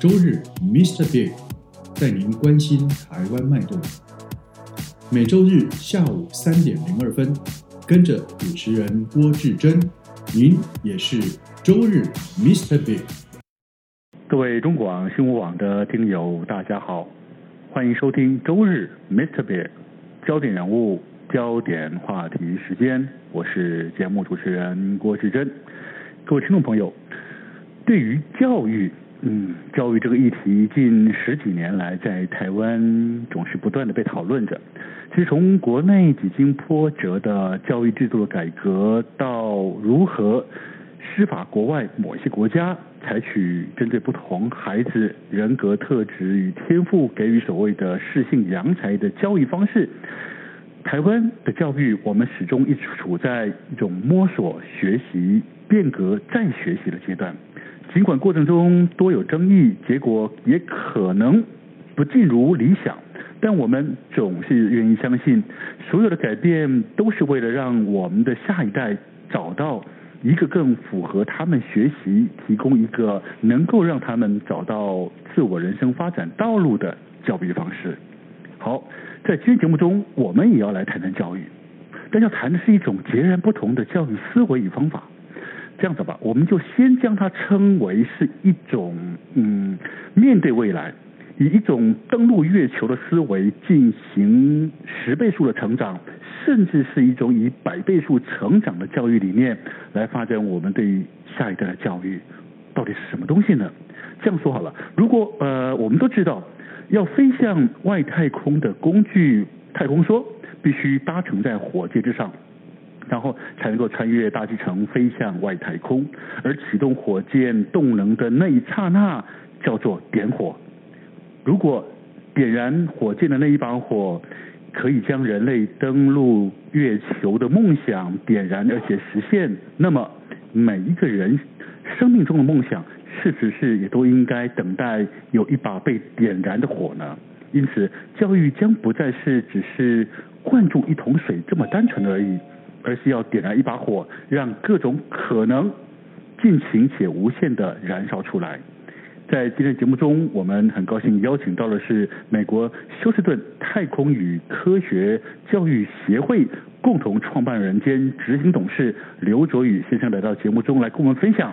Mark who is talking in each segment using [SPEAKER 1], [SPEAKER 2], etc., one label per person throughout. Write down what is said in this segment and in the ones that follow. [SPEAKER 1] 周日 Mr. Big 带您关心台湾脉动。每周日下午三点零二分，跟着主持人郭志珍，您也是周日 Mr. Big。
[SPEAKER 2] 各位中广新闻网的听友，大家好，欢迎收听周日 Mr. Big 焦点人物、焦点话题时间，我是节目主持人郭志珍。各位听众朋友，对于教育，嗯，教育这个议题近十几年来在台湾总是不断的被讨论着。其实从国内几经波折的教育制度的改革，到如何施法国外某些国家采取针对不同孩子人格特质与天赋给予所谓的适性扬才的教育方式，台湾的教育，我们始终一直处在一种摸索、学习、变革、再学习的阶段。尽管过程中多有争议，结果也可能不尽如理想，但我们总是愿意相信，所有的改变都是为了让我们的下一代找到一个更符合他们学习、提供一个能够让他们找到自我人生发展道路的教育方式。好，在今天节目中，我们也要来谈谈教育，但要谈的是一种截然不同的教育思维与方法。这样子吧，我们就先将它称为是一种嗯，面对未来，以一种登陆月球的思维进行十倍数的成长，甚至是一种以百倍数成长的教育理念来发展我们对于下一代的教育，到底是什么东西呢？这样说好了，如果呃，我们都知道，要飞向外太空的工具太空梭必须搭乘在火箭之上，然后才能够穿越大气层飞向外太空。而启动火箭动能的那一刹那叫做点火。如果点燃火箭的那一把火，可以将人类登陆月球的梦想点燃而且实现，那么每一个人生命中的梦想，是不是也都应该等待有一把被点燃的火呢？因此，教育将不再是只是灌注一桶水这么单纯而已，而是要点燃一把火，让各种可能尽情且无限地燃烧出来。在今天节目中，我们很高兴邀请到的是美国休斯顿太空与科学教育协会共同创办人兼执行董事刘卓宇先生来到节目中来跟我们分享，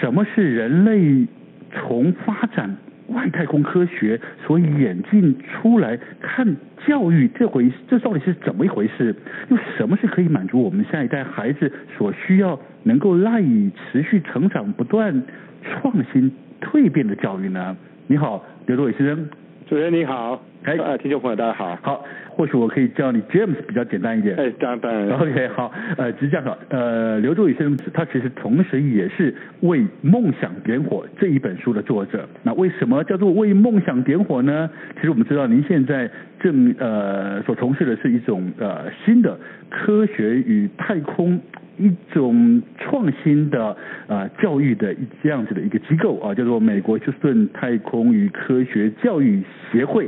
[SPEAKER 2] 什么是人类从发展外太空科学所演进出来看教育这回这到底是怎么一回事？又什么是可以满足我们下一代孩子所需要，能够赖以持续成长、不断创新蜕变的教育呢？你好，刘卓伟先生。
[SPEAKER 3] 主持人你好，
[SPEAKER 2] 哎
[SPEAKER 3] 呃，听众朋友大家好，
[SPEAKER 2] 好，或许我可以叫你 James 比较简单一点。
[SPEAKER 3] 哎，当当然
[SPEAKER 2] OK，好，呃，只是这样的，呃，刘周宇先生他其实同时也是《为梦想点火》这一本书的作者。那为什么叫做为梦想点火呢？其实我们知道您现在正呃所从事的是一种呃新的科学与太空。一种创新的呃教育的一这样子的一个机构啊，叫做美国休斯顿太空与科学教育协会。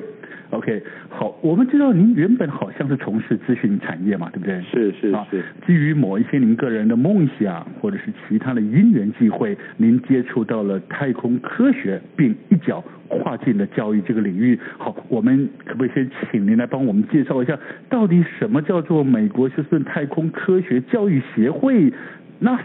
[SPEAKER 2] OK，好，我们知道您原本好像是从事咨询产业嘛，对不对？
[SPEAKER 3] 是是
[SPEAKER 2] 啊
[SPEAKER 3] 是，
[SPEAKER 2] 基于某一些您个人的梦想，或者是其他的因缘际会，您接触到了太空科学，并一脚跨进了教育这个领域。好，我们可不可以先请您来帮我们介绍一下，到底什么叫做美国休斯顿太空科学教育协会？那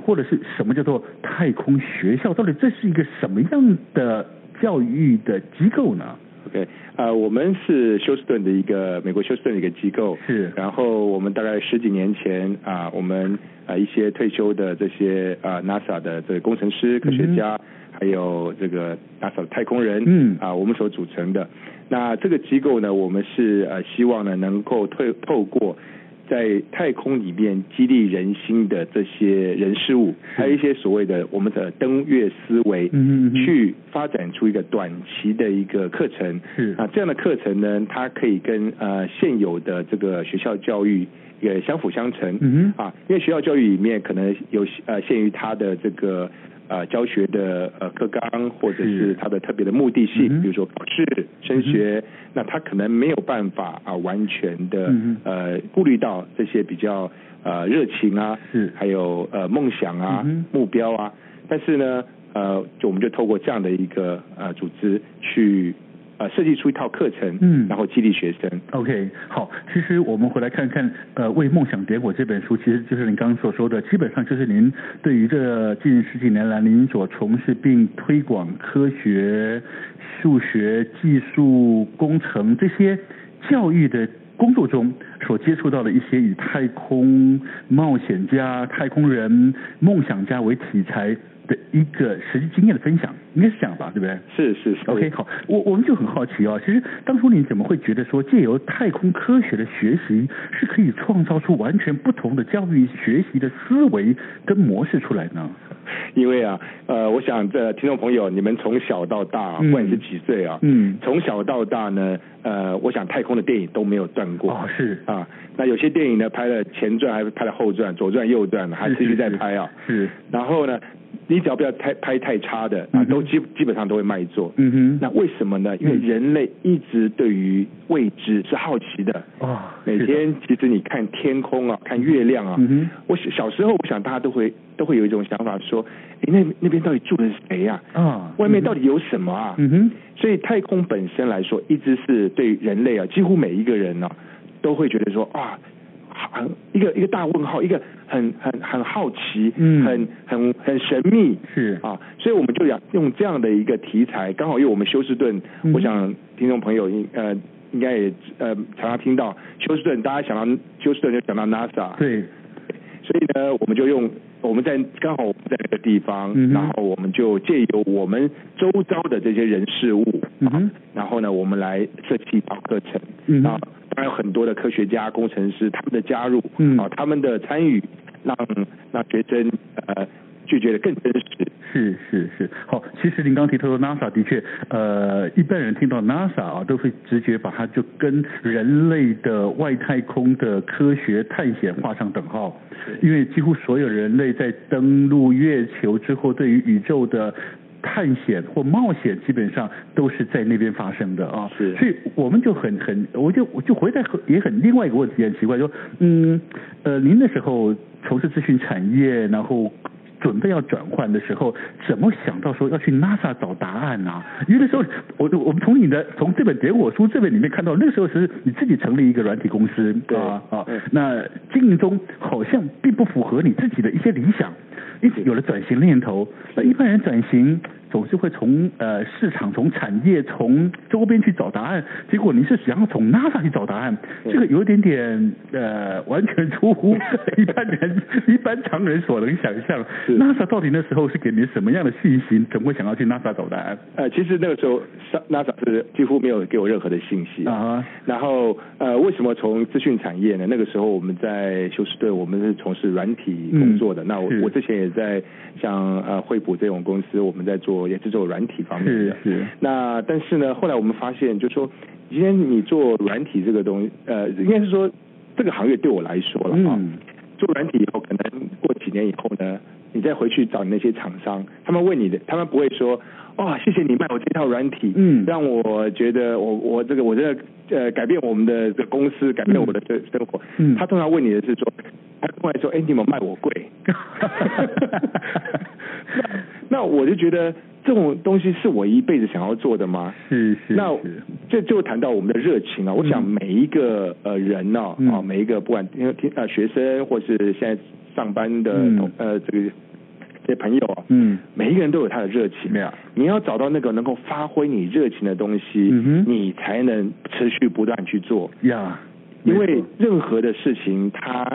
[SPEAKER 2] 或者是什么叫做太空学校？到底这是一个什么样的教育的机构呢？
[SPEAKER 3] OK，呃，我们是休斯顿的一个美国休斯顿的一个机构，
[SPEAKER 2] 是
[SPEAKER 3] 然后我们大概十几年前啊、我们啊、一些退休的这些啊、NASA 的这个工程师、科学家，还有这个 NASA 的太空人，
[SPEAKER 2] 嗯
[SPEAKER 3] 啊、我们所组成的。那这个机构呢，我们是呃希望呢能够退透过在太空里面激励人心的这些人事物，还有一些所谓的我们的登月思维，
[SPEAKER 2] 嗯嗯嗯
[SPEAKER 3] 去发展出一个短期的一个课程。
[SPEAKER 2] 是
[SPEAKER 3] 啊，这样的课程呢，它可以跟呃现有的这个学校教育也相辅相成。
[SPEAKER 2] 嗯哼
[SPEAKER 3] 啊，因为学校教育里面可能有呃限于它的这个呃教学的呃课纲或者
[SPEAKER 2] 是
[SPEAKER 3] 是它的特别的目的性，
[SPEAKER 2] 嗯哼
[SPEAKER 3] 比如说考试、升学，那它可能没有办法啊完全的
[SPEAKER 2] 嗯哼
[SPEAKER 3] 呃顾虑到这些比较呃热情啊，
[SPEAKER 2] 是
[SPEAKER 3] 还有呃梦想啊、
[SPEAKER 2] 嗯哼
[SPEAKER 3] 目标啊，但是呢呃就我们就透过这样的一个呃组织去呃设计出一套课程，
[SPEAKER 2] 嗯
[SPEAKER 3] 然后激励学生，
[SPEAKER 2] OK，好，其实我们回来看看，呃，《为梦想结果》这本书，其实就是您刚刚所说的，基本上就是您对于这近十几年来您所从事并推广科学、数学、技术、工程这些教育的工作中所接触到的一些以太空冒险家、太空人、梦想家为题材的一个实际经验的分享，应该是这样吧，对不对？
[SPEAKER 3] 是是是
[SPEAKER 2] OK，好，我我们就很好奇啊、其实当初你怎么会觉得说借由太空科学的学习是可以创造出完全不同的教育学习的思维跟模式出来呢？
[SPEAKER 3] 因为啊，呃，我想这听众朋友，你们从小到大啊，
[SPEAKER 2] 嗯
[SPEAKER 3] 不管你是几岁啊，
[SPEAKER 2] 嗯
[SPEAKER 3] 从小到大呢，呃，我想太空的电影都没有断过。
[SPEAKER 2] 哦，是
[SPEAKER 3] 啊，那有些电影呢，拍了前传，还拍了后传，左传、右传，还
[SPEAKER 2] 是
[SPEAKER 3] 持续
[SPEAKER 2] 是
[SPEAKER 3] 在
[SPEAKER 2] 是
[SPEAKER 3] 拍啊。
[SPEAKER 2] 是，
[SPEAKER 3] 然后呢，你只要不要太拍太差的
[SPEAKER 2] 嗯
[SPEAKER 3] 啊，
[SPEAKER 2] 哼
[SPEAKER 3] 都基基本上都会卖座。
[SPEAKER 2] 嗯
[SPEAKER 3] 那为什么呢？因为
[SPEAKER 2] 嗯
[SPEAKER 3] 人类一直对于未知是好奇的。
[SPEAKER 2] 哼，啊、
[SPEAKER 3] 每
[SPEAKER 2] 是的
[SPEAKER 3] 天其实你看天空啊，看月亮啊，
[SPEAKER 2] 嗯哼
[SPEAKER 3] 我小小时候我想大家都会都会有一种想法说，诶，那那边到底住的是谁呀、啊？
[SPEAKER 2] 啊，
[SPEAKER 3] 外面到底有什么啊？
[SPEAKER 2] 嗯哼，
[SPEAKER 3] 所以太空本身来说，一直是对人类啊，几乎每一个人呢、都会觉得说啊，很一个一个大问号，一个很很很好奇，
[SPEAKER 2] 嗯
[SPEAKER 3] 很很很神秘，
[SPEAKER 2] 是
[SPEAKER 3] 啊，所以我们就想用这样的一个题材，刚好因为我们休斯顿，
[SPEAKER 2] 嗯
[SPEAKER 3] 我想听众朋友应呃应该也呃常常听到休斯顿，大家想到休斯顿就想到 NASA，啊
[SPEAKER 2] 对，
[SPEAKER 3] 所以呢，我们就用我们在刚好我们在那个地方，
[SPEAKER 2] 嗯哼
[SPEAKER 3] 然后我们就借由我们周遭的这些人事物，
[SPEAKER 2] 嗯哼，
[SPEAKER 3] 然后呢，我们来设计一套课程。
[SPEAKER 2] 嗯
[SPEAKER 3] 啊，当然有很多的科学家、工程师他们的加入，
[SPEAKER 2] 嗯
[SPEAKER 3] 啊，他们的参与，让让学生呃就觉得更真实。
[SPEAKER 2] 是是是，好，其实您刚提到的 NASA 的确，呃，一般人听到 NASA 啊，都会直觉把它就跟人类的外太空的科学探险画上等号，因为几乎所有人类在登陆月球之后，对于宇宙的探险或冒险，基本上都是在那边发生的啊。
[SPEAKER 3] 是
[SPEAKER 2] 所以我们就很很，我就我就回答很也很另外一个问题，很奇怪，说，嗯，呃，您那时候从事资讯产业，然后准备要转换的时候，怎么想到说要去 NASA 找答案啊？因为那时候，我我们从你的从这本结果书这本里面看到，那时候是你自己成立一个软体公司，
[SPEAKER 3] 对嗯
[SPEAKER 2] 啊啊
[SPEAKER 3] 对，
[SPEAKER 2] 那经营中好像并不符合你自己的一些理想，一直有了转型念头。那一般人转型总是会从呃市场、从产业、从周边去找答案，结果你是想要从 NASA 去找答案，这个有点点呃完全出乎一般人、一般常人所能想象。
[SPEAKER 3] 是
[SPEAKER 2] NASA 到底那时候是给你什么样的信心？怎么会想要去 NASA 找答案
[SPEAKER 3] 呃，其实那个时候，NASA 是几乎没有给我任何的信息
[SPEAKER 2] 啊？
[SPEAKER 3] 然后呃，为什么从资讯产业呢？那个时候我们在休斯顿，我们是从事软体工作的。
[SPEAKER 2] 嗯
[SPEAKER 3] 那我
[SPEAKER 2] 是
[SPEAKER 3] 我之前也在像呃惠普这种公司，我们在做也是做软体方面
[SPEAKER 2] 是
[SPEAKER 3] 的。
[SPEAKER 2] 是，
[SPEAKER 3] 那但是呢，后来我们发现，就说今天你做软体这个东西，呃，应该是说这个行业对我来说了啊，
[SPEAKER 2] 嗯，
[SPEAKER 3] 做软体以后，可能过几年以后呢，你再回去找你那些厂商，他们问你的，他们不会说，哇、谢谢你卖我这套软体，
[SPEAKER 2] 嗯
[SPEAKER 3] 让我觉得我我这个我这个呃改变我们的这个公司，改变我的生生活，
[SPEAKER 2] 嗯
[SPEAKER 3] 他通常问你的是说，他过来说，哎，你们卖我 贵，那那我就觉得这种东西是我一辈子想要做的吗？
[SPEAKER 2] 是是
[SPEAKER 3] 那
[SPEAKER 2] 是，
[SPEAKER 3] 这就谈到我们的热情啊！我想每一个呃人呢、啊，
[SPEAKER 2] 嗯
[SPEAKER 3] 每一个不管听听呃学生或是现在上班的
[SPEAKER 2] 嗯
[SPEAKER 3] 同、呃这个这些朋友啊，
[SPEAKER 2] 嗯，
[SPEAKER 3] 每一个人都有他的热情。
[SPEAKER 2] 没有
[SPEAKER 3] 你要找到那个能够发挥你热情的东西，
[SPEAKER 2] 嗯哼
[SPEAKER 3] 你才能持续不断去做。
[SPEAKER 2] 呀，
[SPEAKER 3] 因
[SPEAKER 2] 没
[SPEAKER 3] 为
[SPEAKER 2] 错
[SPEAKER 3] 任何的事情，它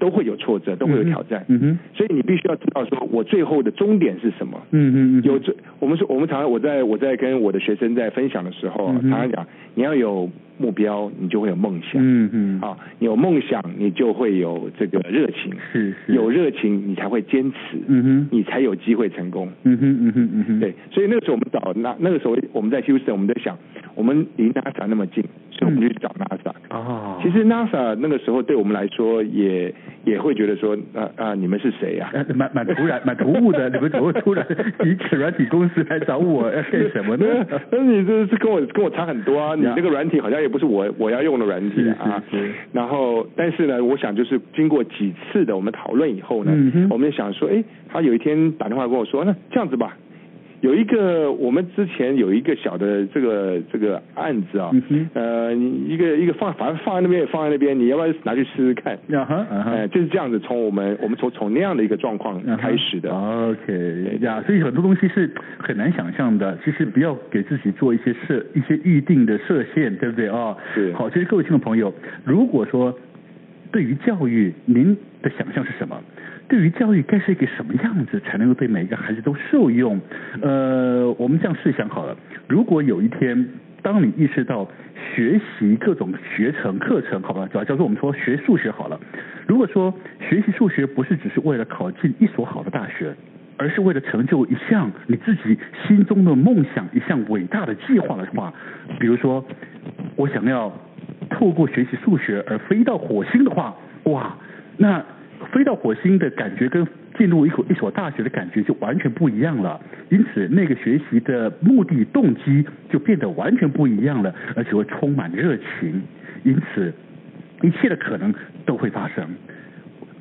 [SPEAKER 3] 都会有挫折，都会有挑战。
[SPEAKER 2] 嗯哼，
[SPEAKER 3] 所以你必须要知道，说我最后的终点是什么。
[SPEAKER 2] 嗯哼，嗯哼
[SPEAKER 3] 有啊这，我们说，我们常常我在我在跟我的学生在分享的时候，啊
[SPEAKER 2] 嗯哼
[SPEAKER 3] 常常讲，你要有目标，你就会有梦想。
[SPEAKER 2] 嗯哼，
[SPEAKER 3] 啊，你有梦想，你就会有这个热情，
[SPEAKER 2] 是是
[SPEAKER 3] 有热情，你才会坚持，
[SPEAKER 2] 嗯哼，
[SPEAKER 3] 你才有机会成功。
[SPEAKER 2] 嗯哼，嗯哼，嗯哼，
[SPEAKER 3] 对，所以那个时候我们找那那个时候我们在 Houston，我们在想，我们离 NASA 那么近，所以我们就去找 NASA。
[SPEAKER 2] 哦，
[SPEAKER 3] 其实 NASA 那个时候对我们来说也也会觉得说，啊、啊、你们是谁呀、
[SPEAKER 2] 呃蛮蛮突然， 蛮突兀的，你们怎么突然 以此软体公司来找我要干什 么呢？
[SPEAKER 3] 那你这是跟我跟我差很多啊！你
[SPEAKER 2] 呀
[SPEAKER 3] 那个软体好像也不是我我要用的软体啊。
[SPEAKER 2] 是是是
[SPEAKER 3] 然后，但是呢，我想就是经过几次的我们讨论以后呢，
[SPEAKER 2] 嗯哼
[SPEAKER 3] 我们想说，哎，他有一天打电话跟我说，那这样子吧，有一个我们之前有一个小的这个这个案子啊，
[SPEAKER 2] 嗯哼
[SPEAKER 3] 呃，你一个一个放反正放在那边也放在那边，你要不要拿去试试看？
[SPEAKER 2] 啊哈啊哈
[SPEAKER 3] 呃，就是这样子，从我们我们从从那样的一个状况开始的。
[SPEAKER 2] 啊哈 OK，
[SPEAKER 3] 对
[SPEAKER 2] 呀，所以很多东西是很难想象的。其实不要给自己做一些设一些预定的设限，对不对啊？
[SPEAKER 3] 是
[SPEAKER 2] 好，其实各位听众朋友，如果说对于教育，您的想象是什么？对于教育该是一个什么样子才能够对每一个孩子都受用？呃，我们这样试想好了，如果有一天，当你意识到学习各种学程课程，好吧，假假如说我们说学数学好了，如果说学习数学不是只是为了考进一所好的大学，而是为了成就一项你自己心中的梦想，一项伟大的计划的话，比如说我想要透过学习数学而飞到火星的话，哇，那飞到火星的感觉跟进入一所一所大学的感觉就完全不一样了。因此，那个学习的目的动机就变得完全不一样了，而且会充满热情。因此，一切的可能都会发生。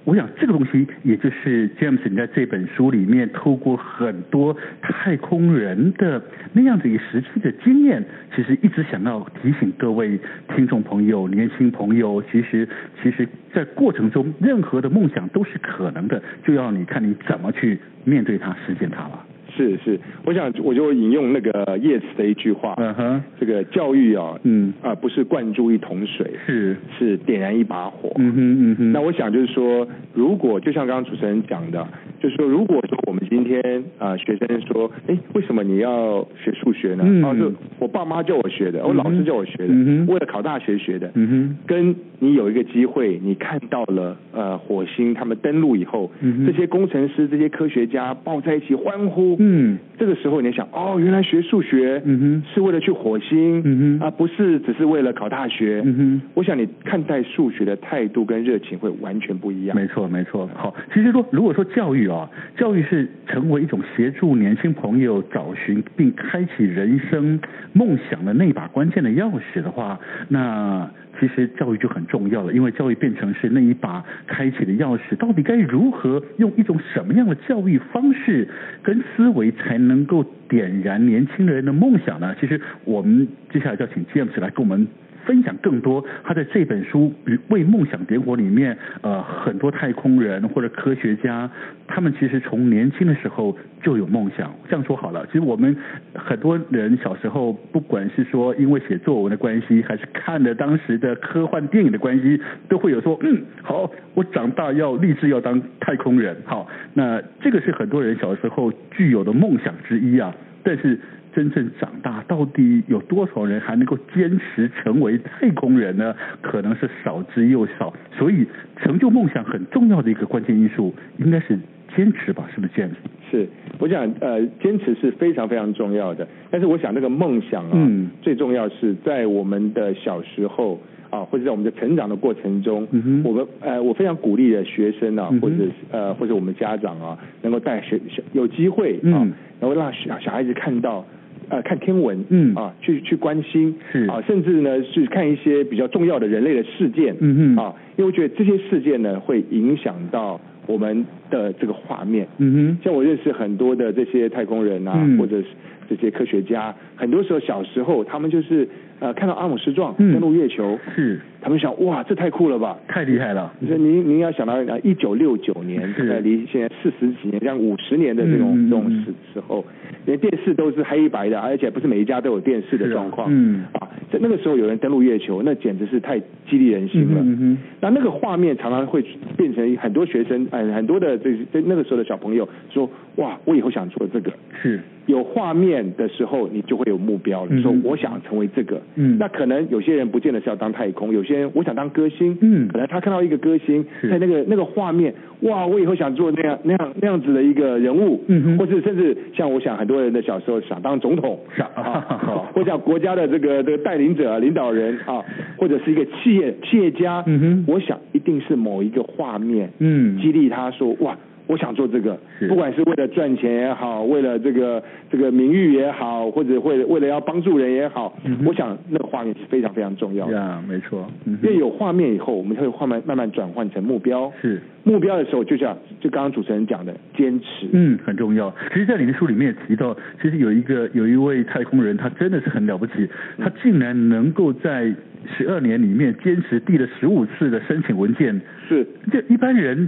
[SPEAKER 2] 我想这个东西，也就是 James 你在这本书里面透过很多太空人的那样子一个实际的经验，其实一直想要提醒各位听众朋友、年轻朋友，其实其实在过程中任何的梦想都是可能的，就要你看你怎么去面对它、实现它了。
[SPEAKER 3] 是是，我想我就引用那个叶慈的一句话，
[SPEAKER 2] 嗯哼，
[SPEAKER 3] 这个教育啊，
[SPEAKER 2] 嗯
[SPEAKER 3] 啊、不是灌注一桶水，
[SPEAKER 2] 是，
[SPEAKER 3] 是点燃一把火。
[SPEAKER 2] 嗯哼嗯哼，
[SPEAKER 3] 那我想就是说，如果就像刚刚主持人讲的，就是说，如果说我们今天啊、呃学生说，哎，为什么你要学数学呢？
[SPEAKER 2] 嗯
[SPEAKER 3] 哦，是我爸妈叫我学的，我哦
[SPEAKER 2] 嗯哼
[SPEAKER 3] 老师叫我学的，
[SPEAKER 2] 嗯哼
[SPEAKER 3] 为了考大学学的。
[SPEAKER 2] 嗯哼
[SPEAKER 3] 跟你有一个机会，你看到了呃火星他们登陆以后，
[SPEAKER 2] 嗯哼
[SPEAKER 3] 这些工程师、这些科学家抱在一起欢呼，
[SPEAKER 2] 嗯
[SPEAKER 3] 这个时候你想，哦，原来学数学，
[SPEAKER 2] 嗯哼
[SPEAKER 3] 是为了去火星，
[SPEAKER 2] 嗯哼
[SPEAKER 3] 啊，不是只是为了考大学，
[SPEAKER 2] 嗯哼。
[SPEAKER 3] 我想你看待数学的态度跟热情会完全不一样。
[SPEAKER 2] 没错，没错。好，其实说，如果说教育啊，教育是成为一种协助年轻朋友找寻并开启人生梦想的那把关键的钥匙的话，那其实教育就很重要了，因为教育变成是那一把开启的钥匙。到底该如何用一种什么样的教育方式跟思维，才能够点燃年轻人的梦想呢？其实我们接下来就要请 James 来跟我们分享更多他在这本书《为梦想点火》里面，呃，很多太空人或者科学家，他们其实从年轻的时候就有梦想。这样说好了，其实我们很多人小时候，不管是说因为写作文的关系，还是看了当时的科幻电影的关系，都会有说，嗯，好，我长大要立志要当太空人。好，那这个是很多人小时候具有的梦想之一啊。但是真正长大，到底有多少人还能够坚持成为太空人呢？可能是少之又少。所以，成就梦想很重要的一个关键因素，应该是坚持吧？是不是 James？
[SPEAKER 3] 是，我想呃，坚持是非常非常重要的。但是我想那个梦想啊，
[SPEAKER 2] 嗯
[SPEAKER 3] 最重要是在我们的小时候啊，或者在我们的成长的过程中，
[SPEAKER 2] 嗯哼
[SPEAKER 3] 我们呃，我非常鼓励的学生啊
[SPEAKER 2] 嗯哼，
[SPEAKER 3] 或者是呃，或者我们家长啊，能够带学学有机会啊，
[SPEAKER 2] 嗯
[SPEAKER 3] 能够让小小孩子看到。呃，看天文，
[SPEAKER 2] 嗯
[SPEAKER 3] 啊，去去关心，
[SPEAKER 2] 是
[SPEAKER 3] 啊，甚至呢是看一些比较重要的人类的事件，
[SPEAKER 2] 嗯哼
[SPEAKER 3] 啊，因为我觉得这些事件呢，会影响到我们的这个画面。
[SPEAKER 2] 嗯
[SPEAKER 3] 像我认识很多的这些太空人啊，
[SPEAKER 2] 嗯
[SPEAKER 3] 或者是这些科学家，很多时候小时候他们就是呃看到阿姆斯壮
[SPEAKER 2] 嗯
[SPEAKER 3] 登陆月球，
[SPEAKER 2] 哼，是
[SPEAKER 3] 他们想哇这太酷了吧！
[SPEAKER 2] 太厉害了。
[SPEAKER 3] 就是您您要想到啊，一九六九年，
[SPEAKER 2] 是
[SPEAKER 3] 呃，离现在四十几年，像五十年的这种、
[SPEAKER 2] 嗯嗯嗯
[SPEAKER 3] 这种时时候，连电视都是黑白的，而且不是每一家都有电视的
[SPEAKER 2] 是啊
[SPEAKER 3] 状况。
[SPEAKER 2] 嗯
[SPEAKER 3] 啊，在那个时候有人登陆月球，那简直是太激励人心了。
[SPEAKER 2] 嗯哼嗯哼
[SPEAKER 3] 那那个画面常常会变成很多学生，很很多的这这那个时候的小朋友说，哇，我以后想做这个。
[SPEAKER 2] 是，
[SPEAKER 3] 有画面的时候，你就会有目标了。
[SPEAKER 2] 嗯
[SPEAKER 3] 说我想成为这个，
[SPEAKER 2] 嗯
[SPEAKER 3] 那可能有些人不见得是要当太空，有些人我想当歌星，
[SPEAKER 2] 嗯
[SPEAKER 3] 可能他看到一个歌星
[SPEAKER 2] 是
[SPEAKER 3] 在那个那个画面，哇，我以后想做那样那样那样子的一个人物，
[SPEAKER 2] 嗯哼
[SPEAKER 3] 或是甚至像我想很多人的小时候想当总统，
[SPEAKER 2] 是啊
[SPEAKER 3] 啊，或者国家的这个这个带领者、领导人啊，或者是一个企业企业家，
[SPEAKER 2] 嗯哼
[SPEAKER 3] 我想一定是某一个画面，
[SPEAKER 2] 嗯
[SPEAKER 3] 激励他说哇。我想做这个
[SPEAKER 2] 是，
[SPEAKER 3] 不管是为了赚钱也好，为了这个这个名誉也好，或者为了为了要帮助人也好，
[SPEAKER 2] 嗯哼
[SPEAKER 3] 我想那个画面是非常非常重要的。
[SPEAKER 2] 呀，没错。嗯
[SPEAKER 3] 因为
[SPEAKER 2] 哼，
[SPEAKER 3] 有画面以后，我们会慢慢慢慢转换成目标。
[SPEAKER 2] 是。
[SPEAKER 3] 目标的时候，就像就刚刚主持人讲的，坚持。
[SPEAKER 2] 嗯，很重要。其实，在你的书里面也提到，其实有一个有一位太空人，他真的是很了不起，他竟然能够在十二年里面坚持递了十五次的申请文件。
[SPEAKER 3] 是
[SPEAKER 2] 这一般人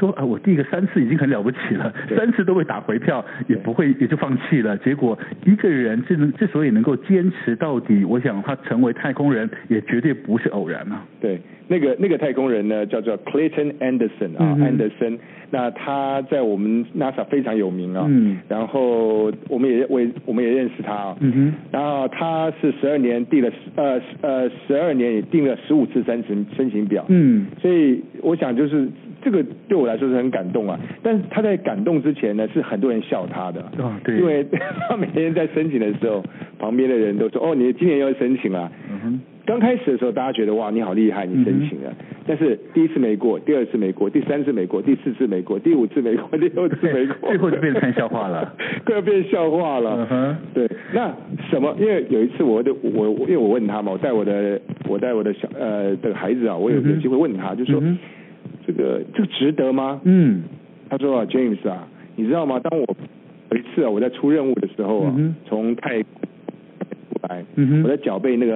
[SPEAKER 2] 说啊，我递个三次已经很了不起了，
[SPEAKER 3] 对
[SPEAKER 2] 三次都会打回票，也不会也就放弃了。结果一个人之能之所以能够坚持到底，我想他成为太空人也绝对不是偶然啊。
[SPEAKER 3] 对，那个那个太空人呢，叫做 Clayton Anderson 啊，
[SPEAKER 2] 嗯哼
[SPEAKER 3] 安德森。那他在我们 NASA 非常有名啊。
[SPEAKER 2] 嗯
[SPEAKER 3] 然后我们也我也我们也认识他啊。
[SPEAKER 2] 嗯哼。
[SPEAKER 3] 然后他是十二年递了十呃呃十二年也订了十五次申请申请表。。
[SPEAKER 2] 嗯，
[SPEAKER 3] 所以我想就是这个对我来说是很感动啊。但是他在感动之前呢，是很多人笑他的。
[SPEAKER 2] 啊对
[SPEAKER 3] 因为他每天在申请的时候，旁边的人都说：“哦，你今年要申请啊。”
[SPEAKER 2] 嗯哼，
[SPEAKER 3] 刚开始的时候，大家觉得哇，你好厉害，你申请了。
[SPEAKER 2] 嗯
[SPEAKER 3] 但是第一次没过，第二次没过，第三次没过，第四次没过，第五次没过，第六次没过，
[SPEAKER 2] 最后就变成看笑话了。
[SPEAKER 3] 快要变笑话了。
[SPEAKER 2] 嗯哼
[SPEAKER 3] 对，那什么？因为有一次我的我我因为我问他嘛，我带我的我带我的小呃的孩子啊，我有
[SPEAKER 2] 嗯哼
[SPEAKER 3] 有机会问他，就说、
[SPEAKER 2] 嗯哼
[SPEAKER 3] 这个这个值得吗？
[SPEAKER 2] 嗯
[SPEAKER 3] 他说啊，James 啊，你知道吗？当我有一次啊，我在出任务的时候啊，
[SPEAKER 2] 嗯哼
[SPEAKER 3] 从泰国出来，
[SPEAKER 2] 嗯哼
[SPEAKER 3] 我在脚被那个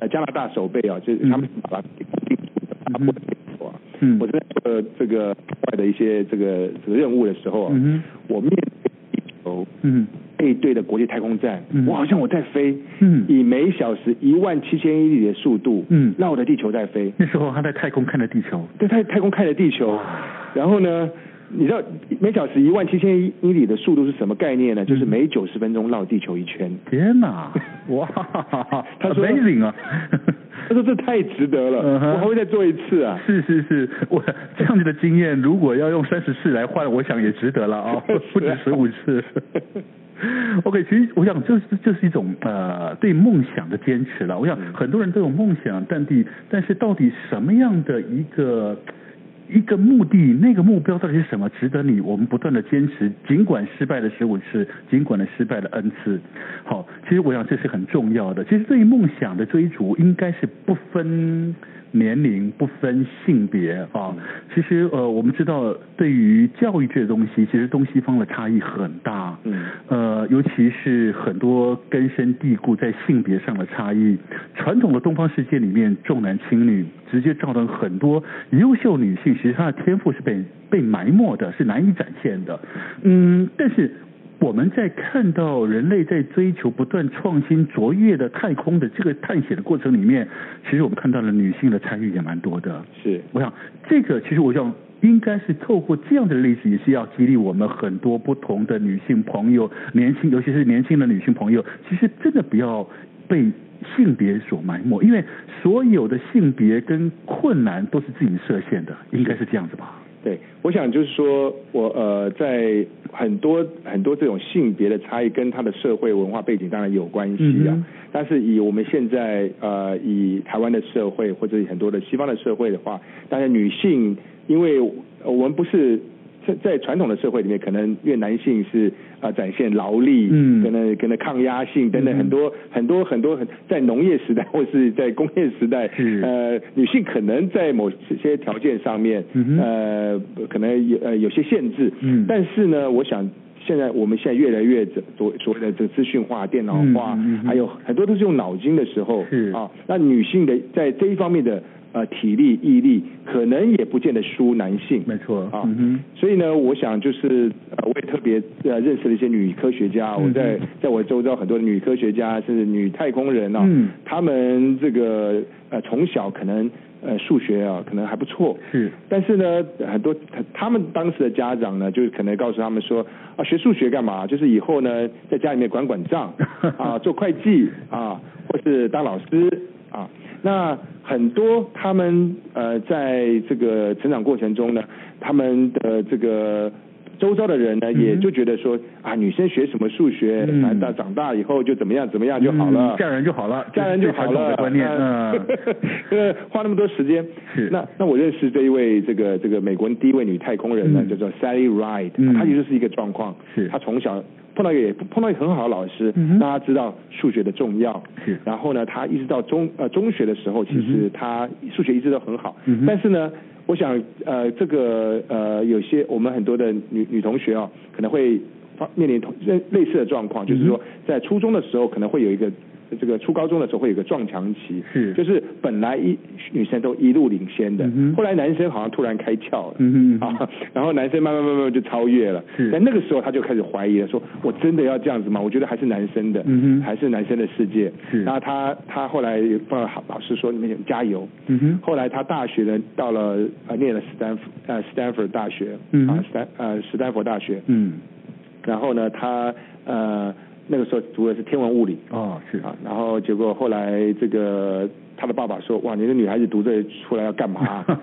[SPEAKER 3] 呃加拿大手背啊，就是他们把它固定住的，它不会飞走啊。
[SPEAKER 2] 嗯
[SPEAKER 3] 我在呃这个国外的一些这个这个任务的时候啊，
[SPEAKER 2] 嗯
[SPEAKER 3] 我面对地球
[SPEAKER 2] 嗯
[SPEAKER 3] 背对的国际太空站，
[SPEAKER 2] 嗯
[SPEAKER 3] 我好像我在飞，
[SPEAKER 2] 嗯
[SPEAKER 3] 以每小时一万七千英里的速度，
[SPEAKER 2] 嗯
[SPEAKER 3] 绕着地球在飞，
[SPEAKER 2] 那时候他在太空看着地球，
[SPEAKER 3] 对，太太空看着地球，然后呢，你知道每小时一万七千英里的速度是什么概念
[SPEAKER 2] 嗯
[SPEAKER 3] 呢？就是每九十分钟绕地球 一圈。
[SPEAKER 2] 天 哪，哇，
[SPEAKER 3] 他说
[SPEAKER 2] amazing 啊！
[SPEAKER 3] 他说这太值得了，
[SPEAKER 2] 嗯哼
[SPEAKER 3] 我还会再做一次啊。
[SPEAKER 2] 是是是，我这样子的经验，如果要用三十次来换，我想也值得了啊、不止十五次。OK，其实我想这是这是一种呃对梦想的坚持了。我
[SPEAKER 3] 嗯
[SPEAKER 2] 想很多人都有梦想，但地但是到底什么样的一个一个目的，那个目标到底是什么，值得你我们不断的坚持，尽管失败了十五次，尽管了失败了 n 次。好，其实我想这是很重要的。其实对于梦想的追逐，应该是不分年龄、不分性别啊。其实呃，我们知道，对于教育这个东西，其实东西方的差异很大。
[SPEAKER 3] 嗯
[SPEAKER 2] 呃，尤其是很多根深蒂固在性别上的差异，传统的东方世界里面重男轻女，直接造成很多优秀女性，其实她的天赋是被被埋没的，是难以展现的。嗯，但是我们在看到人类在追求不断创新卓越的太空的这个探险的过程里面，其实我们看到了女性的参与也蛮多的。
[SPEAKER 3] 是
[SPEAKER 2] 我想这个其实我想应该是透过这样的例子，也是要激励我们很多不同的女性朋友，年轻尤其是年轻的女性朋友，其实真的不要被。性别所埋没，因为所有的性别跟困难都是自己设限的，应该是这样子吧？
[SPEAKER 3] 对，我想就是说我呃，在很多很多这种性别的差异跟他的社会文化背景当然有关系啊。
[SPEAKER 2] 嗯哼
[SPEAKER 3] 但是以我们现在呃，以台湾的社会或者以很多的西方的社会的话，当然女性因为呃我们不是在在传统的社会里面，可能越男性是啊、呃展现劳力，
[SPEAKER 2] 嗯
[SPEAKER 3] 可能可能抗压性等等很多、很多很多很在农业时代或是在工业时代，
[SPEAKER 2] 是
[SPEAKER 3] 呃女性可能在某些条件上面，
[SPEAKER 2] 嗯哼
[SPEAKER 3] 呃可能有呃有些限制，
[SPEAKER 2] 嗯
[SPEAKER 3] 但是呢，我想。现在我们现在越来越所所谓的这个资讯化、电脑化，
[SPEAKER 2] 嗯嗯嗯嗯
[SPEAKER 3] 还有很多都是用脑筋的时候
[SPEAKER 2] 是
[SPEAKER 3] 啊，那女性的在这一方面的呃体力、毅力，可能也不见得输男性。
[SPEAKER 2] 没错，
[SPEAKER 3] 啊
[SPEAKER 2] 嗯哼，
[SPEAKER 3] 所以呢，我想就是呃，我也特别呃认识了一些女科学
[SPEAKER 2] 嗯
[SPEAKER 3] 家，我在在我周遭很多女科学家，甚至女太空人啊，
[SPEAKER 2] 嗯
[SPEAKER 3] 她们这个呃从小可能呃数学啊可能还不错，
[SPEAKER 2] 是，
[SPEAKER 3] 但是呢，很多他他们当时的家长呢，就是可能告诉他们说啊，学数学干嘛？就是以后呢，在家里面管管 账啊，做会计啊，或是当老师啊。那很多他们呃，在这个成长过程中呢，他们的这个周遭的人呢，也就觉得说啊，女生学什么数学，
[SPEAKER 2] 嗯
[SPEAKER 3] 反正到长大以后就怎么样怎么样就好了，
[SPEAKER 2] 嗯嫁人就好了，
[SPEAKER 3] 家人就好
[SPEAKER 2] 这是传统
[SPEAKER 3] 了，
[SPEAKER 2] 的观念，
[SPEAKER 3] 呃
[SPEAKER 2] 嗯，
[SPEAKER 3] 呃，花那么多时间。
[SPEAKER 2] 是
[SPEAKER 3] 那那我认识这一位这个这个美国第一位女太空人呢，
[SPEAKER 2] 嗯
[SPEAKER 3] 叫做 Sally Ride，、
[SPEAKER 2] 嗯
[SPEAKER 3] 她就是一个状况，
[SPEAKER 2] 是
[SPEAKER 3] 她从小碰到一个也碰到一个很好的老师，
[SPEAKER 2] 嗯哼
[SPEAKER 3] 让她知道数学的重要。
[SPEAKER 2] 是嗯
[SPEAKER 3] 然后呢，她一直到中呃中学的时候，其实她数学一直都很好，
[SPEAKER 2] 嗯哼
[SPEAKER 3] 但是呢。我想，呃，这个呃，有些我们很多的女女同学哦，可能会发面临同类类似的状况，就是
[SPEAKER 2] 嗯
[SPEAKER 3] 说，在初中的时候可能会有一个这个初高中的时候会有一个撞墙期，
[SPEAKER 2] 是
[SPEAKER 3] 就是本来一女生都一路领先的，
[SPEAKER 2] 嗯哼
[SPEAKER 3] 后来男生好像突然开窍了，
[SPEAKER 2] 嗯哼嗯 哼
[SPEAKER 3] 啊，然后男生慢慢慢慢就超越了，
[SPEAKER 2] 是
[SPEAKER 3] 但那个时候他就开始怀疑了，说我真的要这样子吗？我觉得还是男生的，
[SPEAKER 2] 嗯哼
[SPEAKER 3] 还是男生的世界，
[SPEAKER 2] 是
[SPEAKER 3] 然后他他后来帮老老师说，你们加油，
[SPEAKER 2] 嗯哼
[SPEAKER 3] 后来他大学呢，到了呃念了斯坦福呃斯坦福大学，
[SPEAKER 2] 嗯哼
[SPEAKER 3] 啊斯坦呃斯坦福大学，
[SPEAKER 2] 嗯，
[SPEAKER 3] 然后呢他呃那个时候读的是天文物理，
[SPEAKER 2] 哦，是
[SPEAKER 3] 啊，然后结果后来这个他的爸爸说：“哇，你这女孩子读这出来要干嘛啊、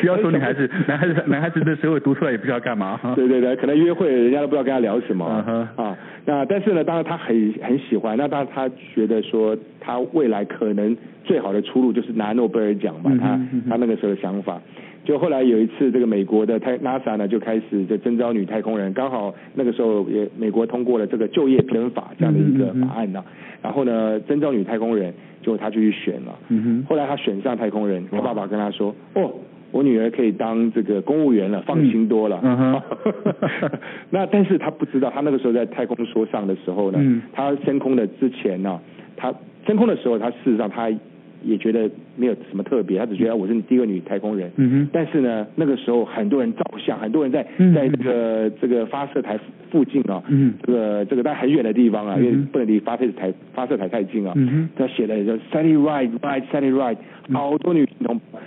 [SPEAKER 2] 不要说女孩子，男孩子男孩子的时候读出来也不知道干嘛哈。
[SPEAKER 3] 对对对，可能约会人家都不知道跟他聊什么
[SPEAKER 2] 啊嗯哼
[SPEAKER 3] 啊。那但是呢，当然他很很喜欢，那当然他觉得说他未来可能最好的出路就是拿诺贝尔奖吧，
[SPEAKER 2] 嗯哼
[SPEAKER 3] 他
[SPEAKER 2] 嗯哼
[SPEAKER 3] 他那个时候的想法。就后来有一次，这个美国的太 NASA 呢就开始就征招女太空人，刚好那个时候也美国通过了这个就业平等法这样的一个
[SPEAKER 2] 嗯哼嗯哼
[SPEAKER 3] 法案呢、然后呢征招女太空人，结果他就去选了。
[SPEAKER 2] 嗯哼
[SPEAKER 3] 后来他选上太空人，他
[SPEAKER 2] 哇
[SPEAKER 3] 爸爸跟他说：“哦，我女儿可以当这个公务员了，放心多了。
[SPEAKER 2] 嗯哼
[SPEAKER 3] 那但是他不知道，他那个时候在太空梭上的时候呢，
[SPEAKER 2] 嗯
[SPEAKER 3] 他升空的之前呢、他升空的时候，他事实上他也觉得没有什么特别，他只觉得我是第一个女太空人。
[SPEAKER 2] 嗯哼，
[SPEAKER 3] 但是呢，那个时候很多人照相，很多人在
[SPEAKER 2] 嗯
[SPEAKER 3] 在这个这个发射台附近啊，
[SPEAKER 2] 嗯
[SPEAKER 3] 这个这个在很远的地方啊，
[SPEAKER 2] 嗯
[SPEAKER 3] 因为
[SPEAKER 2] 哼
[SPEAKER 3] 不能离发射台发射台太近啊，
[SPEAKER 2] 嗯哼
[SPEAKER 3] 他写的就 Sally Ride Ride Sally Ride，好
[SPEAKER 2] 嗯
[SPEAKER 3] 多女性同胞，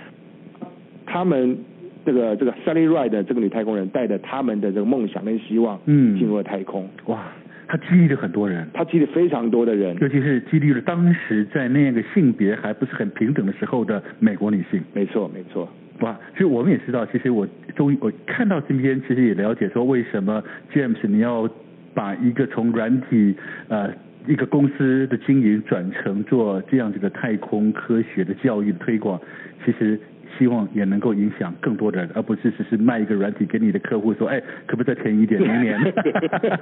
[SPEAKER 3] 他们这个这个 Sally Ride 的这个女太空人带着他们的这个梦想跟希望，
[SPEAKER 2] 嗯
[SPEAKER 3] 进入了太空，
[SPEAKER 2] 哇，他激励了很多人，
[SPEAKER 3] 她激励非常多的人，
[SPEAKER 2] 尤其是激励了当时在那个性别还不是很平等的时候的美国女性。
[SPEAKER 3] 没错没错，
[SPEAKER 2] 哇，其实我们也知道，其实我终于我看到今天，其实也了解说为什么 James 你要把一个从软体呃一个公司的经营转成做这样子的太空科学的教育的推广，其实。希望也能够影响更多的人，而不是只是卖一个软体给你的客户说，哎，可不可以再便宜一点，明年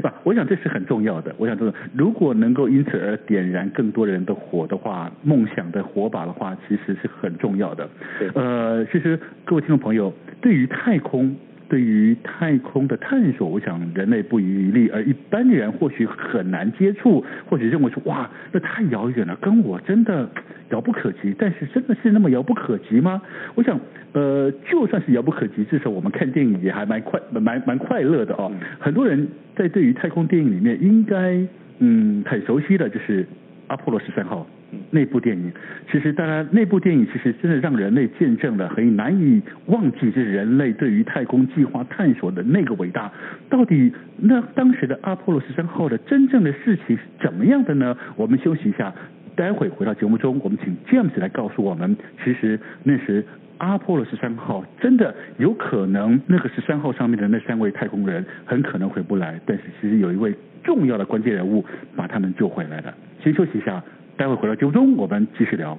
[SPEAKER 2] 不，啊我想这是很重要的。我想这个，如果能够因此而点燃更多人的火的话，梦想的火把的话，其实是很重要的
[SPEAKER 3] 对。
[SPEAKER 2] 呃，其实各位听众朋友，对于太空。对于太空的探索，我想人类不遗余力，而一般人或许很难接触，或许认为说哇，那太遥远了，跟我真的遥不可及。但是真的是那么遥不可及吗？我想，呃，就算是遥不可及，至少我们看电影也还蛮快，蛮蛮快乐的哦。很多人在对于太空电影里面，应该嗯很熟悉的就是阿波罗十三号那部电影。其实当然，那部电影其实真的让人类见证了很难以忘记，就是人类对于太空计划探索的那个伟大。到底那当时的阿波罗十三号的真正的事情是怎么样的呢？我们休息一下。待会回到节目中，我们请 James 来告诉我们，其实那时阿波罗十三号真的有可能，那个十三号上面的那三位太空人很可能回不来，但是其实有一位重要的关键人物把他们救回来了。先休息一下，待会回到节目中，我们继续聊。